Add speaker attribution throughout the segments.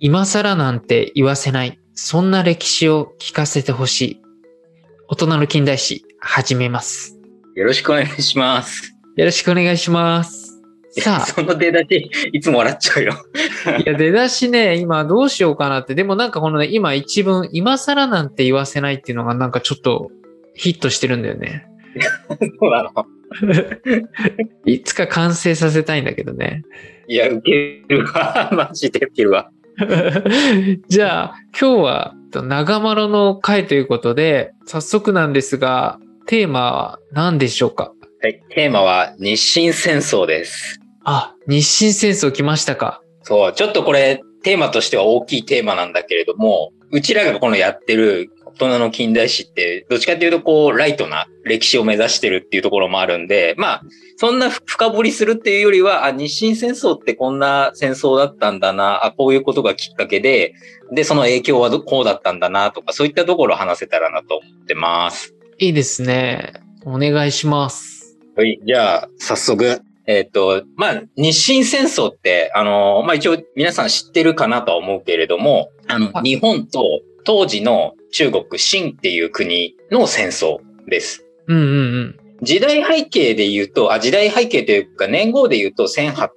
Speaker 1: 今更なんて言わせない。そんな歴史を聞かせてほしい。大人の近代史、始めます。
Speaker 2: よろしくお願いします。
Speaker 1: よろしくお願いします。
Speaker 2: さあ。その出だし、いつも笑っちゃうよ。
Speaker 1: いや、出だしね、今どうしようかなって。でもなんかこのね、今一文、今更なんて言わせないっていうのがなんかちょっとヒットしてるんだよね。
Speaker 2: そうなの
Speaker 1: いつか完成させたいんだけどね。
Speaker 2: いや、ウケるわ。 マジでウケるわ。
Speaker 1: じゃあ、今日は長丸の会ということで、早速なんですが、テーマは何でしょうか
Speaker 2: はい、テーマは日清戦争です。
Speaker 1: あ、日清戦争来ましたか。
Speaker 2: そう、ちょっとこれ、テーマとしては大きいテーマなんだけれども、うちらがこのやってる大人の近代史って、どっちかっていうとこう、ライトな歴史を目指してるっていうところもあるんで、まあ、そんな深掘りするっていうよりは、あ、日清戦争ってこんな戦争だったんだな、あ、こういうことがきっかけで、で、その影響はこうだったんだなとか、そういったところを話せたらなと思ってます。
Speaker 1: いいですね。お願いします。
Speaker 2: はい、じゃあ、早速。えっ、ー、と、まあ、日清戦争って、あの、まあ一応皆さん知ってるかなとは思うけれども、あの、日本と当時の中国、清っていう国の戦争です。
Speaker 1: うんうんうん。
Speaker 2: 時代背景で言うと、あ、時代背景というか年号で言うと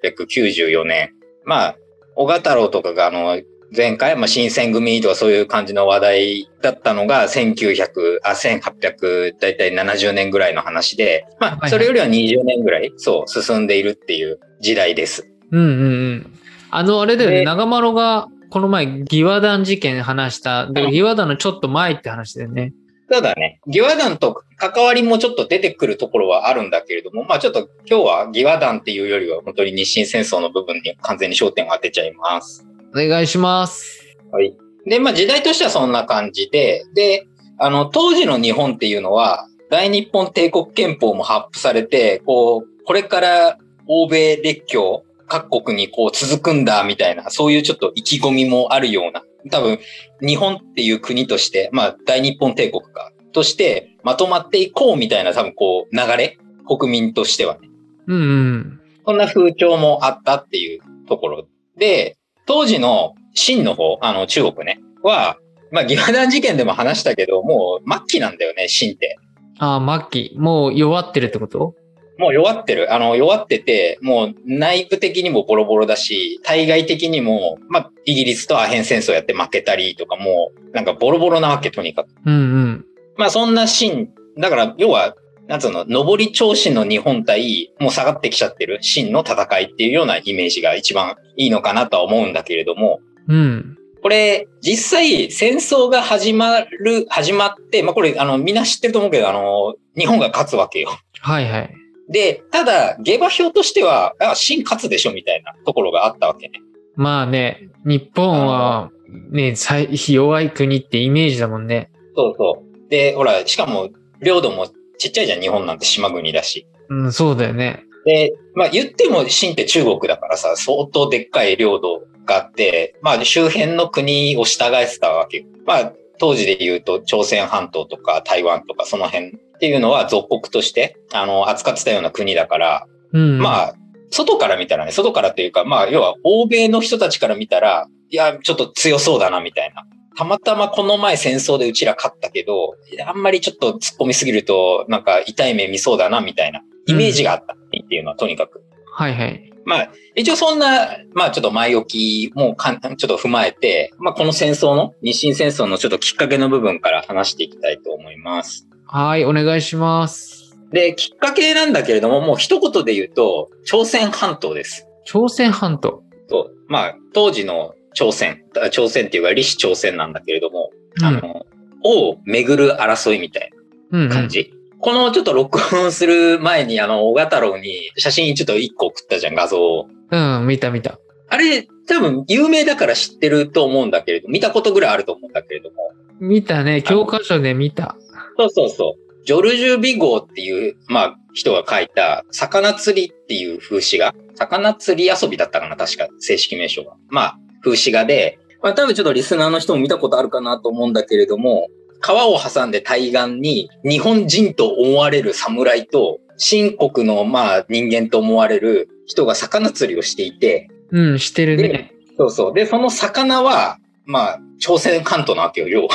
Speaker 2: 1894年。まあ、小賀太郎とかがあの、前回、まあ、新選組とかそういう感じの話題だったのが、1900、あ、1800、だいたい70年ぐらいの話で、まあ、それよりは20年ぐらい、そう、進んでいるっていう時代です。
Speaker 1: うんうんうん。あの、あれだよね、長丸が、この前、義和団事件話した、で義和団のちょっと前って話だよね。
Speaker 2: ただね、義和団と関わりもちょっと出てくるところはあるんだけれども、まあちょっと今日は義和団っていうよりは本当に日清戦争の部分に完全に焦点を当てちゃいます。
Speaker 1: お願いします。
Speaker 2: はい。で、まあ時代としてはそんな感じで、で、あの、当時の日本っていうのは、大日本帝国憲法も発布されて、こう、これから欧米列強各国にこう続くんだみたいな、そういうちょっと意気込みもあるような、多分日本っていう国として、まあ大日本帝国か、としてまとまっていこうみたいな多分こう流れ、国民としてはね。
Speaker 1: うん、うん。
Speaker 2: そんな風潮もあったっていうところで、当時の清の方、あの中国ね、は、まあ義和団事件でも話したけど、もう末期なんだよね、清って。
Speaker 1: ああ、末期。もう弱ってるってこと
Speaker 2: もう弱ってる。あの、弱ってて、もう内部的にもボロボロだし、対外的にも、まあ、イギリスとアヘン戦争やって負けたりとか、もう、なんかボロボロなわけ、とにかく。
Speaker 1: うんうん。
Speaker 2: まあ、そんなシーン、だから、要は、なんつうの、上り調子の日本対、もう下がってきちゃってる、真の戦いっていうようなイメージが一番いいのかなとは思うんだけれども。
Speaker 1: うん。
Speaker 2: これ、実際、戦争が始まる、始まって、まあ、これ、あの、みんな知ってると思うけど、あの、日本が勝つわけよ。
Speaker 1: はいはい。
Speaker 2: で、ただ、下馬評としては、あ、新勝つでしょみたいなところがあったわけね。
Speaker 1: まあね、日本はね、弱い国ってイメージだもんね。
Speaker 2: そうそう。で、ほら、しかも、領土もちっちゃいじゃん、日本なんて島国だし。
Speaker 1: うん、そうだよね。
Speaker 2: で、まあ言っても、清って中国だからさ、相当でっかい領土があって、まあ周辺の国を従えてたわけ。まあ、当時で言うと、朝鮮半島とか台湾とかその辺っていうのは属国として、あの、扱ってたような国だから、
Speaker 1: うん、
Speaker 2: まあ、外から見たらね、外からっていうか、まあ、要は欧米の人たちから見たら、いや、ちょっと強そうだな、みたいな。たまたまこの前戦争でうちら勝ったけど、あんまりちょっと突っ込みすぎると、なんか痛い目見そうだな、みたいなイメージがあったっていうのは、うん、とにかく。
Speaker 1: はいはい。
Speaker 2: まあ、一応そんな、まあちょっと前置きもかん、ちょっと踏まえて、まあこの戦争の、日清戦争のちょっときっかけの部分から話していきたいと思います。
Speaker 1: はい、お願いします。
Speaker 2: で、きっかけなんだけれども、もう一言で言うと、朝鮮半島です。
Speaker 1: 朝鮮半島
Speaker 2: と、まあ、当時の朝鮮、朝鮮っていうか、李氏朝鮮なんだけれども、うん、あの、を巡る争いみたいな感じ。うんうん、このちょっと録音する前に、あの、小太郎に写真ちょっと一個送ったじゃん、画像を。
Speaker 1: うん、見た見た。
Speaker 2: あれ、多分有名だから知ってると思うんだけれど、見たことぐらいあると思うんだけれども。
Speaker 1: 見たね、教科書で見た。
Speaker 2: そうそうそう。ジョルジュ・ビゴーっていう、まあ、人が書いた、魚釣りっていう風刺画。魚釣り遊びだったかな、確か、正式名称が。まあ、風刺画で、まあ、多分ちょっとリスナーの人も見たことあるかなと思うんだけれども、川を挟んで対岸に、日本人と思われる侍と、新国の、まあ、人間と思われる人が魚釣りをしていて。
Speaker 1: うん、してるね。
Speaker 2: そうそう。で、その魚は、まあ、朝鮮半島なわけよ、要は。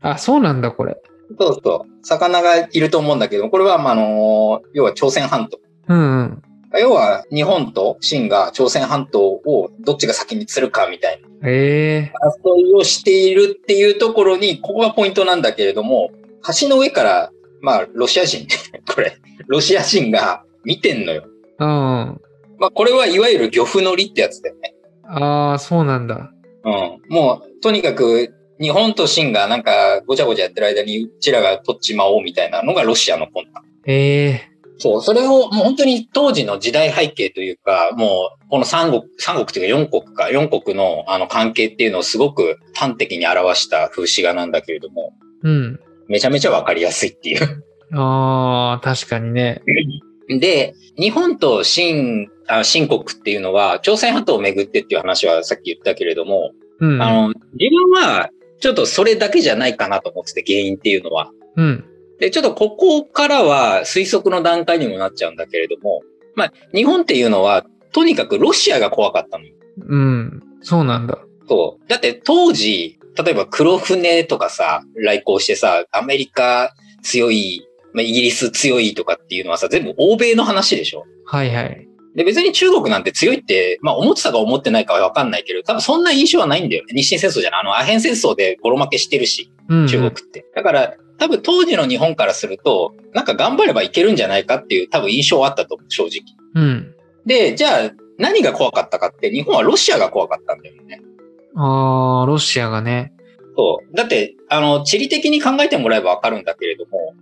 Speaker 1: あ、そうなんだ、これ。
Speaker 2: そうそう。魚がいると思うんだけど、これは、まあ、あの要は朝鮮半島。
Speaker 1: うんうん。
Speaker 2: 要は、日本と清が朝鮮半島をどっちが先に釣るかみたいな
Speaker 1: ええ
Speaker 2: 争いをしているっていうところに、ここがポイントなんだけれども、橋の上から、まあ、ロシア人、 これ、ロシア人が見てんのよ。
Speaker 1: うん。
Speaker 2: まあ、これはいわゆる漁夫の利ってやつだよね。
Speaker 1: ああ、そうなんだ。
Speaker 2: うん。もう、とにかく、日本と清がなんかごちゃごちゃやってる間にうちらが取っちまおうみたいなのがロシアの魂胆。
Speaker 1: ええ
Speaker 2: そう、それをもう本当に当時の時代背景というか、もうこの三国、三国というか四国か、四国のあの関係っていうのをすごく端的に表した風刺画なんだけれども、
Speaker 1: うん。
Speaker 2: めちゃめちゃわかりやすいっていう。
Speaker 1: ああ、確かにね。
Speaker 2: で、日本と新、あ新国っていうのは、朝鮮半島を巡ってっていう話はさっき言ったけれども、
Speaker 1: うん。
Speaker 2: あの、自分はちょっとそれだけじゃないかなと思ってて、原因っていうのは。
Speaker 1: うん。
Speaker 2: で、ちょっとここからは推測の段階にもなっちゃうんだけれども、まあ、日本っていうのは、とにかくロシアが怖かったのよ。
Speaker 1: うん。そうなんだ。
Speaker 2: そう。だって当時、例えば黒船とかさ、来航してさ、アメリカ強い、まあ、イギリス強いとかっていうのはさ、全部欧米の話でしょ。
Speaker 1: はいはい。
Speaker 2: で、別に中国なんて強いって、まあ思ってたか思ってないかはわかんないけど、多分そんな印象はないんだよね。日清戦争じゃない、あの、アヘン戦争でボロ負けしてるし。
Speaker 1: うん、うん。
Speaker 2: 中国って。だから、多分当時の日本からすると、なんか頑張ればいけるんじゃないかっていう多分印象はあったと思う、正直。
Speaker 1: うん。
Speaker 2: で、じゃあ何が怖かったかって、日本はロシアが怖かったんだよね。
Speaker 1: ああ、ロシアがね。
Speaker 2: そう。だって、あの、地理的に考えてもらえばわかるんだけれども、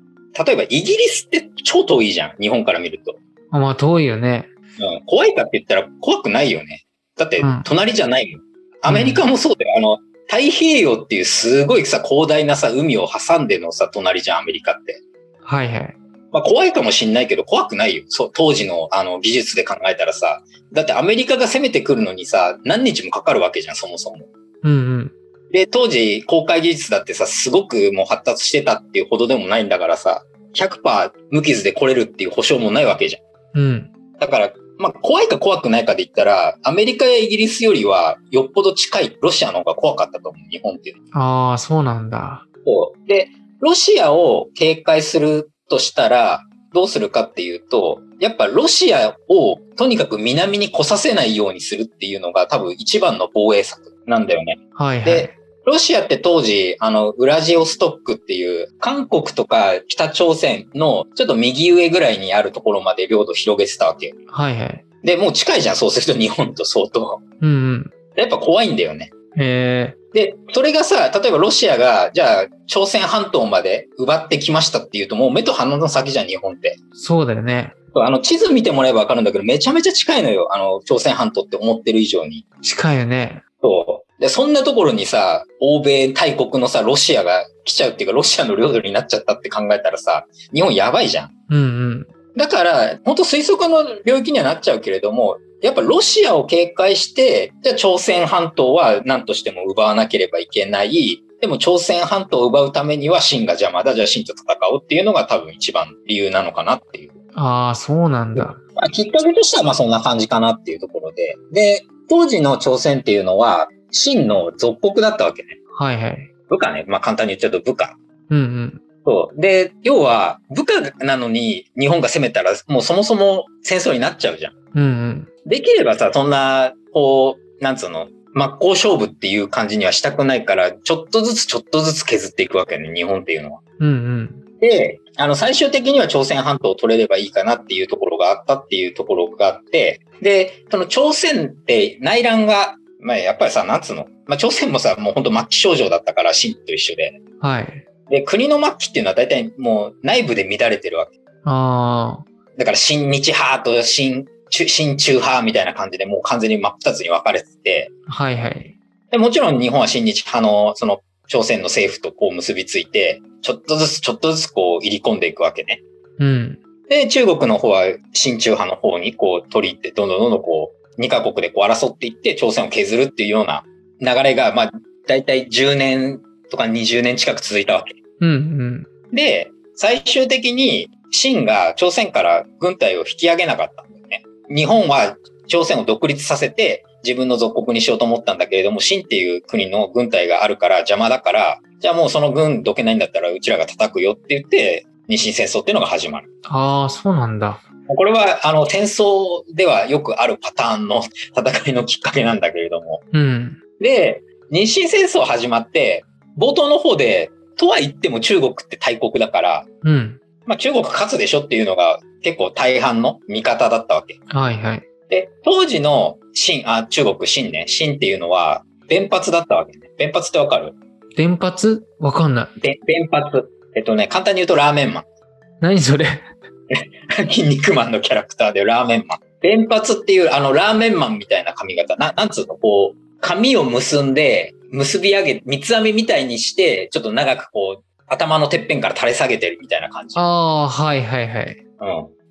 Speaker 2: 例えばイギリスって超遠いじゃん、日本から見ると。
Speaker 1: あまあ、遠いよね。
Speaker 2: うん、怖いかって言ったら怖くないよね。だって
Speaker 1: うん、
Speaker 2: 隣じゃないもん。アメリカもそうだよ。あの、太平洋っていうすごいさ、広大なさ、海を挟んでのさ、隣じゃん、アメリカって。
Speaker 1: はいはい。
Speaker 2: まあ、怖いかもしんないけど、怖くないよ。そう、当時の、あの、技術で考えたらさ。だってアメリカが攻めてくるのにさ、何日もかかるわけじゃん、そもそも。
Speaker 1: うんうん。
Speaker 2: で、当時、公開技術だってさ、すごくもう発達してたっていうほどでもないんだからさ、100%無傷で来れるっていう保証もないわけじゃ
Speaker 1: うん。
Speaker 2: ん。だから、まあ、怖いか怖くないかで言ったら、アメリカやイギリスよりは、よっぽど近いロシアの方が怖かったと思う、日本っていうのは
Speaker 1: ああ、そうなんだ。
Speaker 2: そう。で、ロシアを警戒するとしたら、どうするかっていうと、やっぱロシアをとにかく南に来させないようにするっていうのが多分一番の防衛策なんだよね。
Speaker 1: はいはい
Speaker 2: で。、ロシアって当時、あの、ウラジオストックっていう、韓国とか北朝鮮のちょっと右上ぐらいにあるところまで領土広げてたわけよ。
Speaker 1: はいはい。
Speaker 2: で、もう近いじゃん、そうすると日本と相当。
Speaker 1: うんうん。
Speaker 2: やっぱ怖いんだよね。
Speaker 1: ええ
Speaker 2: で、それがさ、例えばロシアが、じゃあ、朝鮮半島まで奪ってきましたっていうと、もう目と鼻の先じゃん、日本って。
Speaker 1: そうだよね。
Speaker 2: あの、地図見てもらえばわかるんだけど、めちゃめちゃ近いのよ、あの、朝鮮半島って思ってる以上に。
Speaker 1: 近いよね。
Speaker 2: そう。で、そんなところにさ、欧米大国のさ、ロシアが来ちゃうっていうか、ロシアの領土になっちゃったって考えたらさ、日本やばいじゃん。
Speaker 1: うんうん。
Speaker 2: だから、本当推測の領域にはなっちゃうけれども、やっぱロシアを警戒して、じゃあ朝鮮半島は何としても奪わなければいけない。でも朝鮮半島を奪うためには秦が邪魔だ。じゃあ秦と戦おうっていうのが多分一番理由なのかなっていう。
Speaker 1: ああ、そうなんだ。
Speaker 2: まあ、きっかけとしてはまあそんな感じかなっていうところで。で、当時の朝鮮っていうのは秦の属国だったわけね。
Speaker 1: はいはい。
Speaker 2: 部下ね。まあ簡単に言っちゃうと部下。
Speaker 1: うんうん。
Speaker 2: そう。で、要は部下なのに日本が攻めたらもうそもそも戦争になっちゃうじゃん。
Speaker 1: うんうん。
Speaker 2: できればさ、そんな、こう、なんつうの、真っ向勝負っていう感じにはしたくないから、ちょっとずつちょっとずつ削っていくわけね、日本っていうのは。
Speaker 1: うんうん。
Speaker 2: で、あの、最終的には朝鮮半島を取れればいいかなっていうところがあったっていうところがあって、で、その朝鮮って内乱が、まあやっぱりさ、なんつうの、まあ朝鮮もさ、もうほんと末期症状だったから、秦と一緒で。
Speaker 1: はい。
Speaker 2: で、国の末期っていうのは大体もう内部で乱れてるわけ
Speaker 1: あ
Speaker 2: だから新日派と新中新中派みたいな感じでもう完全に真っ二つに分かれてて、
Speaker 1: あ、はいはい。
Speaker 2: でもちろん日本は新日派のその朝鮮の政府とこう結びついて、ちょっとずつちょっとずつこう入り込んでいくわけね。
Speaker 1: うん。
Speaker 2: で、中国の方は新中派の方にこう取り入って、どんどんどんどんこう、2カ国でこう争っていって朝鮮を削るっていうような流れが、まあ、だいたい10年とか20年近く続いたわけ。
Speaker 1: うんうん。
Speaker 2: で、最終的に、秦が朝鮮から軍隊を引き上げなかったんだよね。日本は朝鮮を独立させて、自分の属国にしようと思ったんだけれども、清っていう国の軍隊があるから邪魔だから、じゃあもうその軍どけないんだったらうちらが叩くよって言って、日清戦争っていうのが始まる。
Speaker 1: ああ、そうなんだ。
Speaker 2: これは、あの、戦争ではよくあるパターンの戦いのきっかけなんだけれども。
Speaker 1: うん。
Speaker 2: で、日清戦争始まって、冒頭の方で、とは言っても中国って大国だから、
Speaker 1: うん。
Speaker 2: まあ中国勝つでしょっていうのが結構大半の味方だったわけ。
Speaker 1: はいはい。
Speaker 2: で、当時の清、あ、中国清ね、清っていうのは、弁髪だったわけね。弁髪ってわかる
Speaker 1: 電発わかんない。
Speaker 2: で、弁髪。えっとね、簡単に言うとラーメンマ
Speaker 1: 何それ
Speaker 2: ン。筋肉マンのキャラクターでラーメンマン。弁髪っていう、あの、ラーメンマンみたいな髪型。な、なんつうの、こう、髪を結んで、結び上げ、三つ編みみたいにして、ちょっと長くこう、頭のてっぺんから垂れ下げてるみたいな感じ。うん。
Speaker 1: ああー、はいはいはい。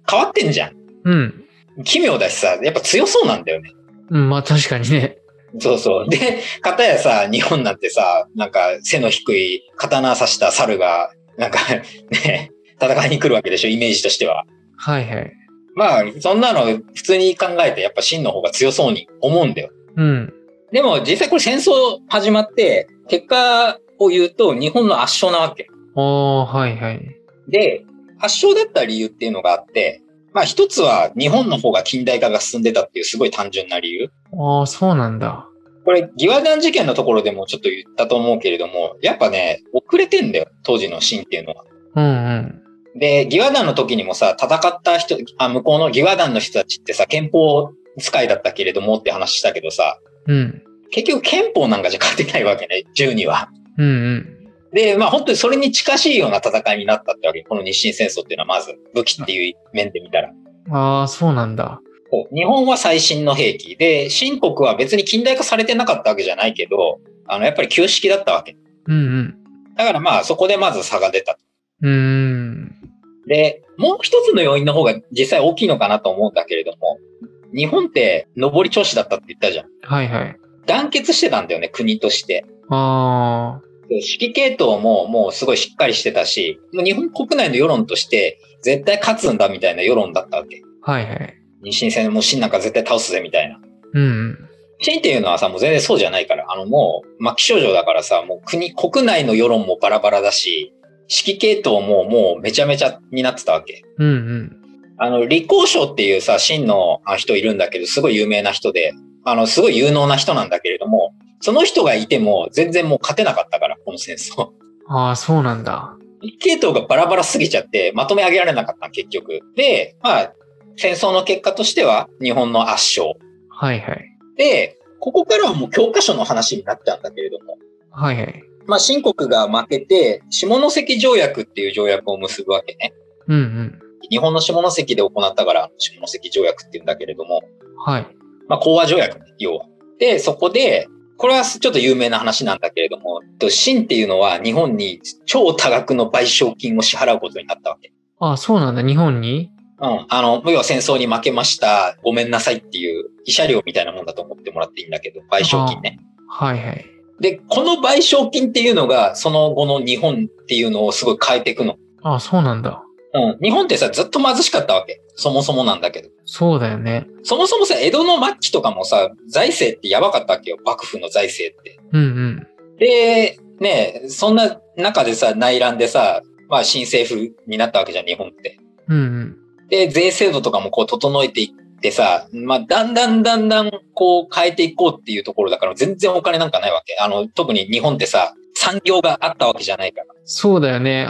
Speaker 2: 変わってんじゃん。
Speaker 1: うん。
Speaker 2: 奇妙だしさ、やっぱ強そうなんだよね。
Speaker 1: うん、まあ確かにね。
Speaker 2: そうそう。で、片やさ、日本なんてさ、なんか背の低い刀刺した猿が、なんかね、戦いに来るわけでしょ、イメージとしては。
Speaker 1: はいはい。
Speaker 2: まあ、そんなの普通に考えて、やっぱ真の方が強そうに思うんだよ。
Speaker 1: うん。
Speaker 2: でも実際これ戦争始まって、結果を言うと日本の圧勝なわけ。
Speaker 1: ああ、はいはい。
Speaker 2: で、圧勝だった理由っていうのがあって、まあ一つは日本の方が近代化が進んでたっていうすごい単純な理由。
Speaker 1: ああ、そうなんだ。
Speaker 2: これ、疑和団事件のところでもちょっと言ったと思うけれども、やっぱね、遅れてんだよ、当時のシーンっていうのは。
Speaker 1: うんうん。
Speaker 2: で、義和団の時にもさ、戦った人、あ、向こうの義和団の人たちってさ、憲法使いだったけれどもって話したけどさ、
Speaker 1: うん。
Speaker 2: 結局憲法なんかじゃ勝てないわけね、銃には。
Speaker 1: うんうん。
Speaker 2: で、まあ本当にそれに近しいような戦いになったってわけ。この日清戦争っていうのはまず、武器っていう面で見たら。
Speaker 1: ああ、そうなんだ。
Speaker 2: こう日本は最新の兵器で、新国は別に近代化されてなかったわけじゃないけど、あの、やっぱり旧式だったわけ。
Speaker 1: うん
Speaker 2: だからまあそこでまず差が出た。
Speaker 1: うん。うーん。
Speaker 2: で、もう一つの要因の方が実際大きいのかなと思うんだけれども、日本って上り調子だったって言ったじゃん。
Speaker 1: はいはい。
Speaker 2: 団結してたんだよね、国として。
Speaker 1: ああ、
Speaker 2: で指揮系統ももうすごいしっかりしてたし、もう日本国内の世論として絶対勝つんだみたいな世論だったわけ。
Speaker 1: はいはい。
Speaker 2: 日清戦もう清なんか絶対倒すぜみたいな。
Speaker 1: うんうん。
Speaker 2: 清っていうのはさ、もう全然そうじゃないから、あのもう、末期症状だからさ、もう国、国内の世論もバラバラだし、指揮系統ももうめちゃめちゃになってたわけ。
Speaker 1: うんうん。
Speaker 2: あの、李光章っていうさ、真のあ人いるんだけど、すごい有名な人で、あの、すごい有能な人なんだけれども、その人がいても全然もう勝てなかったから、この戦争。
Speaker 1: ああ、そうなんだ。
Speaker 2: 一系統がバラバラすぎちゃって、まとめ上げられなかった、結局。で、まあ、戦争の結果としては、日本の圧勝。
Speaker 1: はいはい。
Speaker 2: で、ここからはもう教科書の話になっちゃうんだけれども、
Speaker 1: はいはい。
Speaker 2: まあ、新国が負けて、下関条約っていう条約を結ぶわけね。
Speaker 1: うんうん。
Speaker 2: 日本の下関で行ったから、下関条約って言うんだけれども、
Speaker 1: はい。
Speaker 2: まあ、講和条約ね、要は。で、そこで、これはちょっと有名な話なんだけれども、と清っていうのは日本に超多額の賠償金を支払うことになったわけ。
Speaker 1: ああ、そうなんだ。日本に
Speaker 2: うん。あの、要は戦争に負けました。ごめんなさいっていう、慰謝料みたいなもんだと思ってもらっていいんだけど、賠償金ね。
Speaker 1: はいはい。
Speaker 2: で、この賠償金っていうのが、その後の日本っていうのをすごい変えていくの。
Speaker 1: ああ、そうなんだ。
Speaker 2: うん。日本ってさ、ずっと貧しかったわけ。そもそもなんだけど。
Speaker 1: そうだよね。
Speaker 2: そもそもさ、江戸の末期とかもさ、財政ってやばかったわけよ。幕府の財政って。
Speaker 1: うんうん。
Speaker 2: で、ねえそんな中でさ、内乱でさ、まあ新政府になったわけじゃん、日本って。
Speaker 1: うんうん。
Speaker 2: で、税制度とかもこう整えていってさ、まあだんだんだんだんこう変えていこうっていうところだから、全然お金なんかないわけ。あの、特に日本ってさ、産業があったわけじゃないから。
Speaker 1: そうだよね。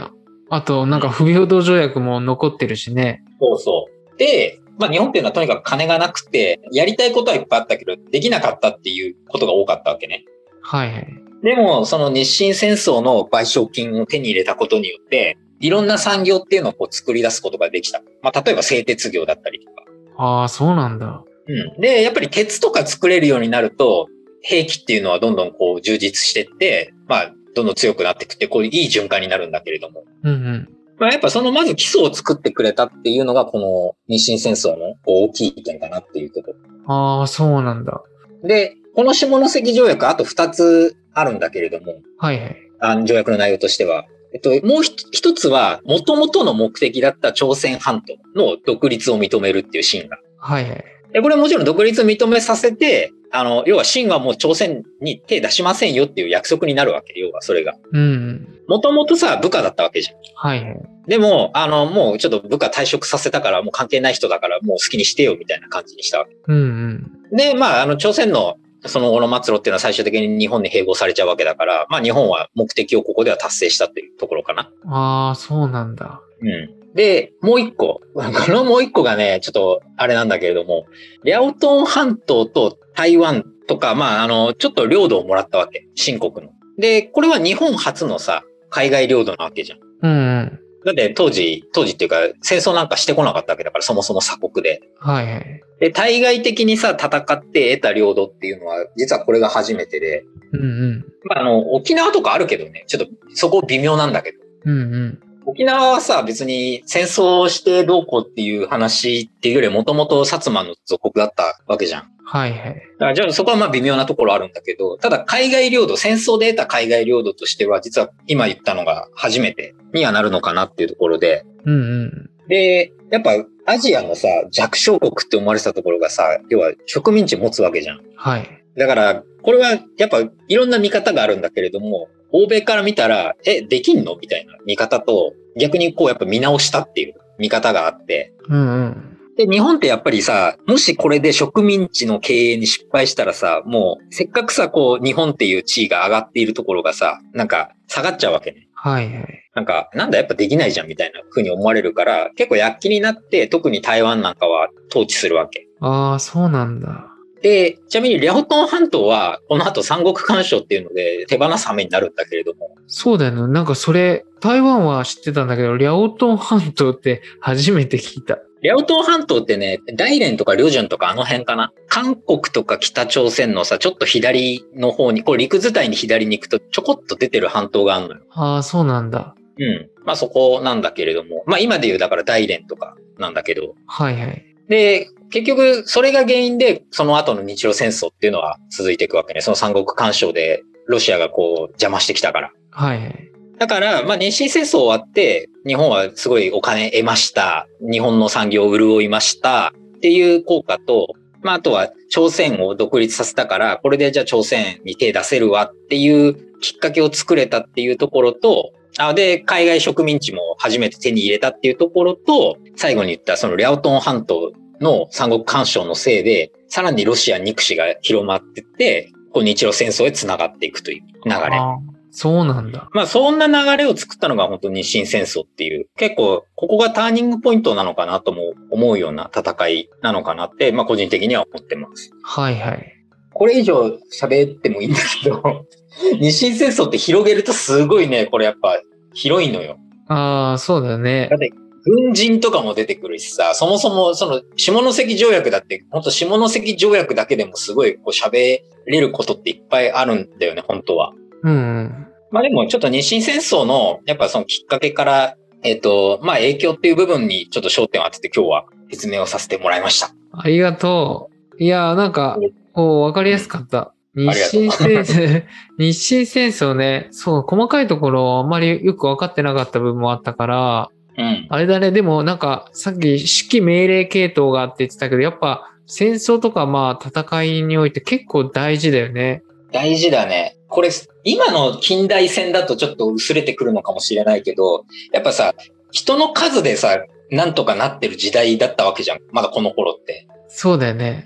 Speaker 1: あと、なんか不平等条約も残ってるしね。
Speaker 2: そうそう。で、まあ日本っていうのはとにかく金がなくて、やりたいことはいっぱいあったけど、できなかったっていうことが多かったわけね。
Speaker 1: はいはい。
Speaker 2: でも、その日清戦争の賠償金を手に入れたことによって、いろんな産業っていうのをこう作り出すことができた。まあ、例えば製鉄業だったりとか。
Speaker 1: ああ、そうなんだ。
Speaker 2: うん。で、やっぱり鉄とか作れるようになると、兵器っていうのはどんどんこう充実してって、まあ、どんどん強くなってくって、こういういい循環になるんだけれども。
Speaker 1: うんうん。
Speaker 2: まあ、やっぱそのまず基礎を作ってくれたっていうのが、この日清戦争のこう大きい点かなっていうこと。
Speaker 1: ああ、そうなんだ。
Speaker 2: で、この下関条約あと2つあるんだけれども、
Speaker 1: はいはい。
Speaker 2: あの条約の内容としては。えっと、もうひと一つは、元々の目的だった朝鮮半島の独立を認めるっていうシーンが。
Speaker 1: はいはい。
Speaker 2: でで、これはもちろん独立を認めさせて、あの、要は清はもう朝鮮に手出しませんよっていう約束になるわけ。要はそれが。
Speaker 1: うん。
Speaker 2: もともとさ、部下だったわけじゃん。
Speaker 1: はいはい。
Speaker 2: でも、あの、もうちょっと部下退職させたから、もう関係ない人だから、もう好きにしてよみたいな感じにしたわけ。
Speaker 1: うんうん。
Speaker 2: で、まあ、あの、朝鮮のその後の末路っていうのは最終的に日本に併合されちゃうわけだから、まあ、日本は目的をここでは達成したっていうところかな。
Speaker 1: ああ、そうなんだ。
Speaker 2: うん。で、もう一個。こ のもう一個がね、ちょっとあれなんだけれども、リャオトン半島と台湾とか、まあ、あの、ちょっと領土をもらったわけ。新国の。で、これは日本初のさ、海外領土なわけじゃん。
Speaker 1: うんうん。
Speaker 2: だって当時、当時っていうか戦争なんかしてこなかったわけだから、そもそも鎖国で。
Speaker 1: はいはい。
Speaker 2: で、対外的にさ、戦って得た領土っていうのは、実はこれが初めてで。
Speaker 1: うんうん。
Speaker 2: まあ、あの、沖縄とかあるけどね、ちょっとそこ微妙なんだけど。
Speaker 1: うんうん。
Speaker 2: 沖縄はさ、別に戦争をしてどうこうっていう話っていうよりもともと薩摩の属国だったわけじゃん。
Speaker 1: はいはい。
Speaker 2: だからじゃあそこはまあ微妙なところあるんだけど、ただ海外領土、戦争で得た海外領土としては、実は今言ったのが初めてにはなるのかなっていうところで、
Speaker 1: うんうん。
Speaker 2: で、やっぱアジアのさ、弱小国って思われてたところがさ、要は植民地持つわけじゃん。
Speaker 1: はい。
Speaker 2: だから、これはやっぱいろんな見方があるんだけれども、欧米から見たら、え、できんのみたいな見方と、逆にこうやっぱ見直したっていう見方があって、
Speaker 1: うんうん。
Speaker 2: で、日本ってやっぱりさ、もしこれで植民地の経営に失敗したらさ、もうせっかくさ、こう日本っていう地位が上がっているところがさ、なんか下がっちゃうわけね。
Speaker 1: はいはい。
Speaker 2: なんか、なんだやっぱできないじゃんみたいな風に思われるから、結構躍起になって、特に台湾なんかは統治するわけ。
Speaker 1: ああ、そうなんだ。
Speaker 2: で、ちなみにリャオトン半島は、この後三国干渉っていうので、手放す羽目になるんだけれども、
Speaker 1: そうだよね。なんかそれ、台湾は知ってたんだけど、リャオトン半島って初めて聞いた。
Speaker 2: リャオトン半島ってね、大連とか旅順とかあの辺かな。韓国とか北朝鮮のさ、ちょっと左の方に、こう陸伝いに左に行くと、ちょこっと出てる半島があるのよ。
Speaker 1: ああ、そうなんだ。
Speaker 2: うん。まあそこなんだけれども、まあ今で言うだから大連とかなんだけど、
Speaker 1: はいはい。
Speaker 2: で、結局、それが原因で、その後の日露戦争っていうのは続いていくわけね。その三国干渉で、ロシアがこう、邪魔してきたから。
Speaker 1: はいはい。
Speaker 2: だから、まあ、日清戦争終わって、日本はすごいお金得ました。日本の産業を潤いました。っていう効果と、まあ、あとは、朝鮮を独立させたから、これでじゃあ朝鮮に手出せるわっていうきっかけを作れたっていうところと、あで、海外植民地も初めて手に入れたっていうところと、最後に言ったそのリャオトン半島の三国干渉のせいで、さらにロシア憎しが広まってって、こう日露戦争へ繋がっていくという流れ。
Speaker 1: あーそうなんだ。
Speaker 2: まあそんな流れを作ったのが本当に日清戦争っていう、結構ここがターニングポイントなのかなとも思うような戦いなのかなって、まあ個人的には思ってます。
Speaker 1: はいはい。
Speaker 2: これ以上喋ってもいいんだけど、 日清戦争って広げるとすごいね、これやっぱ広いのよ。
Speaker 1: ああ、そうだよね
Speaker 2: だ。って軍人とかも出てくるしさ、そもそもその下関条約だって、本当下関条約だけでもすごいこう喋れることっていっぱいあるんだよね、本当は。
Speaker 1: うんうん。
Speaker 2: まあでもちょっと日清戦争のやっぱそのきっかけから、えっ、と、まあ影響っていう部分にちょっと焦点を当てて今日は説明をさせてもらいました。
Speaker 1: ありがとう。いやー、なんか、こう、わかりやすかった。
Speaker 2: ん
Speaker 1: 日清戦争、 日清戦争ね、そう、細かいところあんまりよく分かってなかった部分もあったから、
Speaker 2: うん。
Speaker 1: あれだね、でもなんか、さっき指揮命令系統があって言ってたけど、やっぱ、戦争とかまあ戦いにおいて結構大事だよね。
Speaker 2: 大事だね。これ、今の近代戦だとちょっと薄れてくるのかもしれないけど、やっぱさ、人の数でさ、なんとかなってる時代だったわけじゃん。まだこの頃って。
Speaker 1: そうだよね。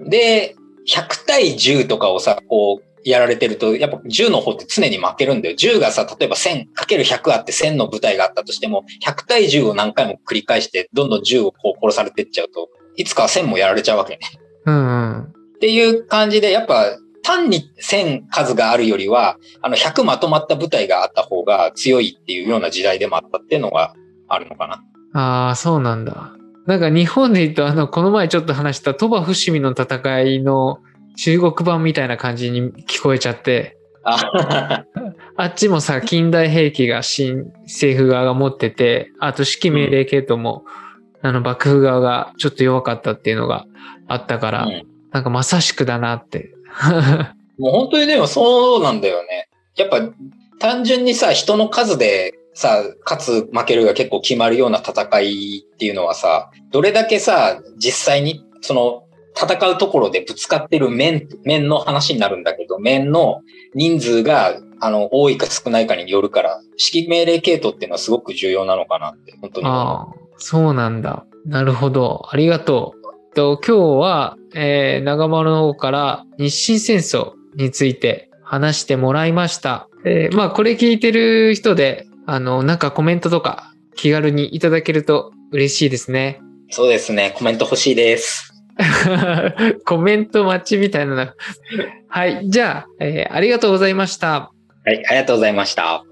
Speaker 2: うん。で、100対10とかをさ、こう、やられてると、やっぱ10の方って常に負けるんだよ。10がさ、例えば 1000×100 あって1000の部隊があったとしても、100対10を何回も繰り返して、どんどん10をこう殺されてっちゃうと、いつかは1000もやられちゃうわけね。
Speaker 1: うんうん。
Speaker 2: っていう感じで、やっぱ単に1000数があるよりは、あの100まとまった部隊があった方が強いっていうような時代でもあったっていうのがあるのかな。
Speaker 1: ああ、そうなんだ。なんか日本で言うと、あの、この前ちょっと話した鳥羽伏見の戦いの中国版みたいな感じに聞こえちゃって、
Speaker 2: あ
Speaker 1: あっちもさ、近代兵器が新政府側が持ってて、あと指揮命令系統も、あの、幕府側がちょっと弱かったっていうのがあったから、
Speaker 2: うん
Speaker 1: なんかまさしくだなって。
Speaker 2: もう本当にでもそうなんだよね。やっぱ単純にさ、人の数でさ、勝つ負けるが結構決まるような戦いっていうのはさ、どれだけさ、実際にその戦うところでぶつかってる面、面の話になるんだけど、面の人数が、あの、多いか少ないかによるから、指揮命令系統っていうのはすごく重要なのかなって、本当に思う。
Speaker 1: ああ、そうなんだ。なるほど。ありがとう。えっと今日は、えー長丸の方から日清戦争について話してもらいました。えーまあ、これ聞いてる人で、あの、なんかコメントとか気軽にいただけると嬉しいですね。
Speaker 2: そうですね。コメント欲しいです。
Speaker 1: コメント待ちみたいなの。はい。じゃあ、えーありがとうございました。
Speaker 2: はい、ありがとうございました。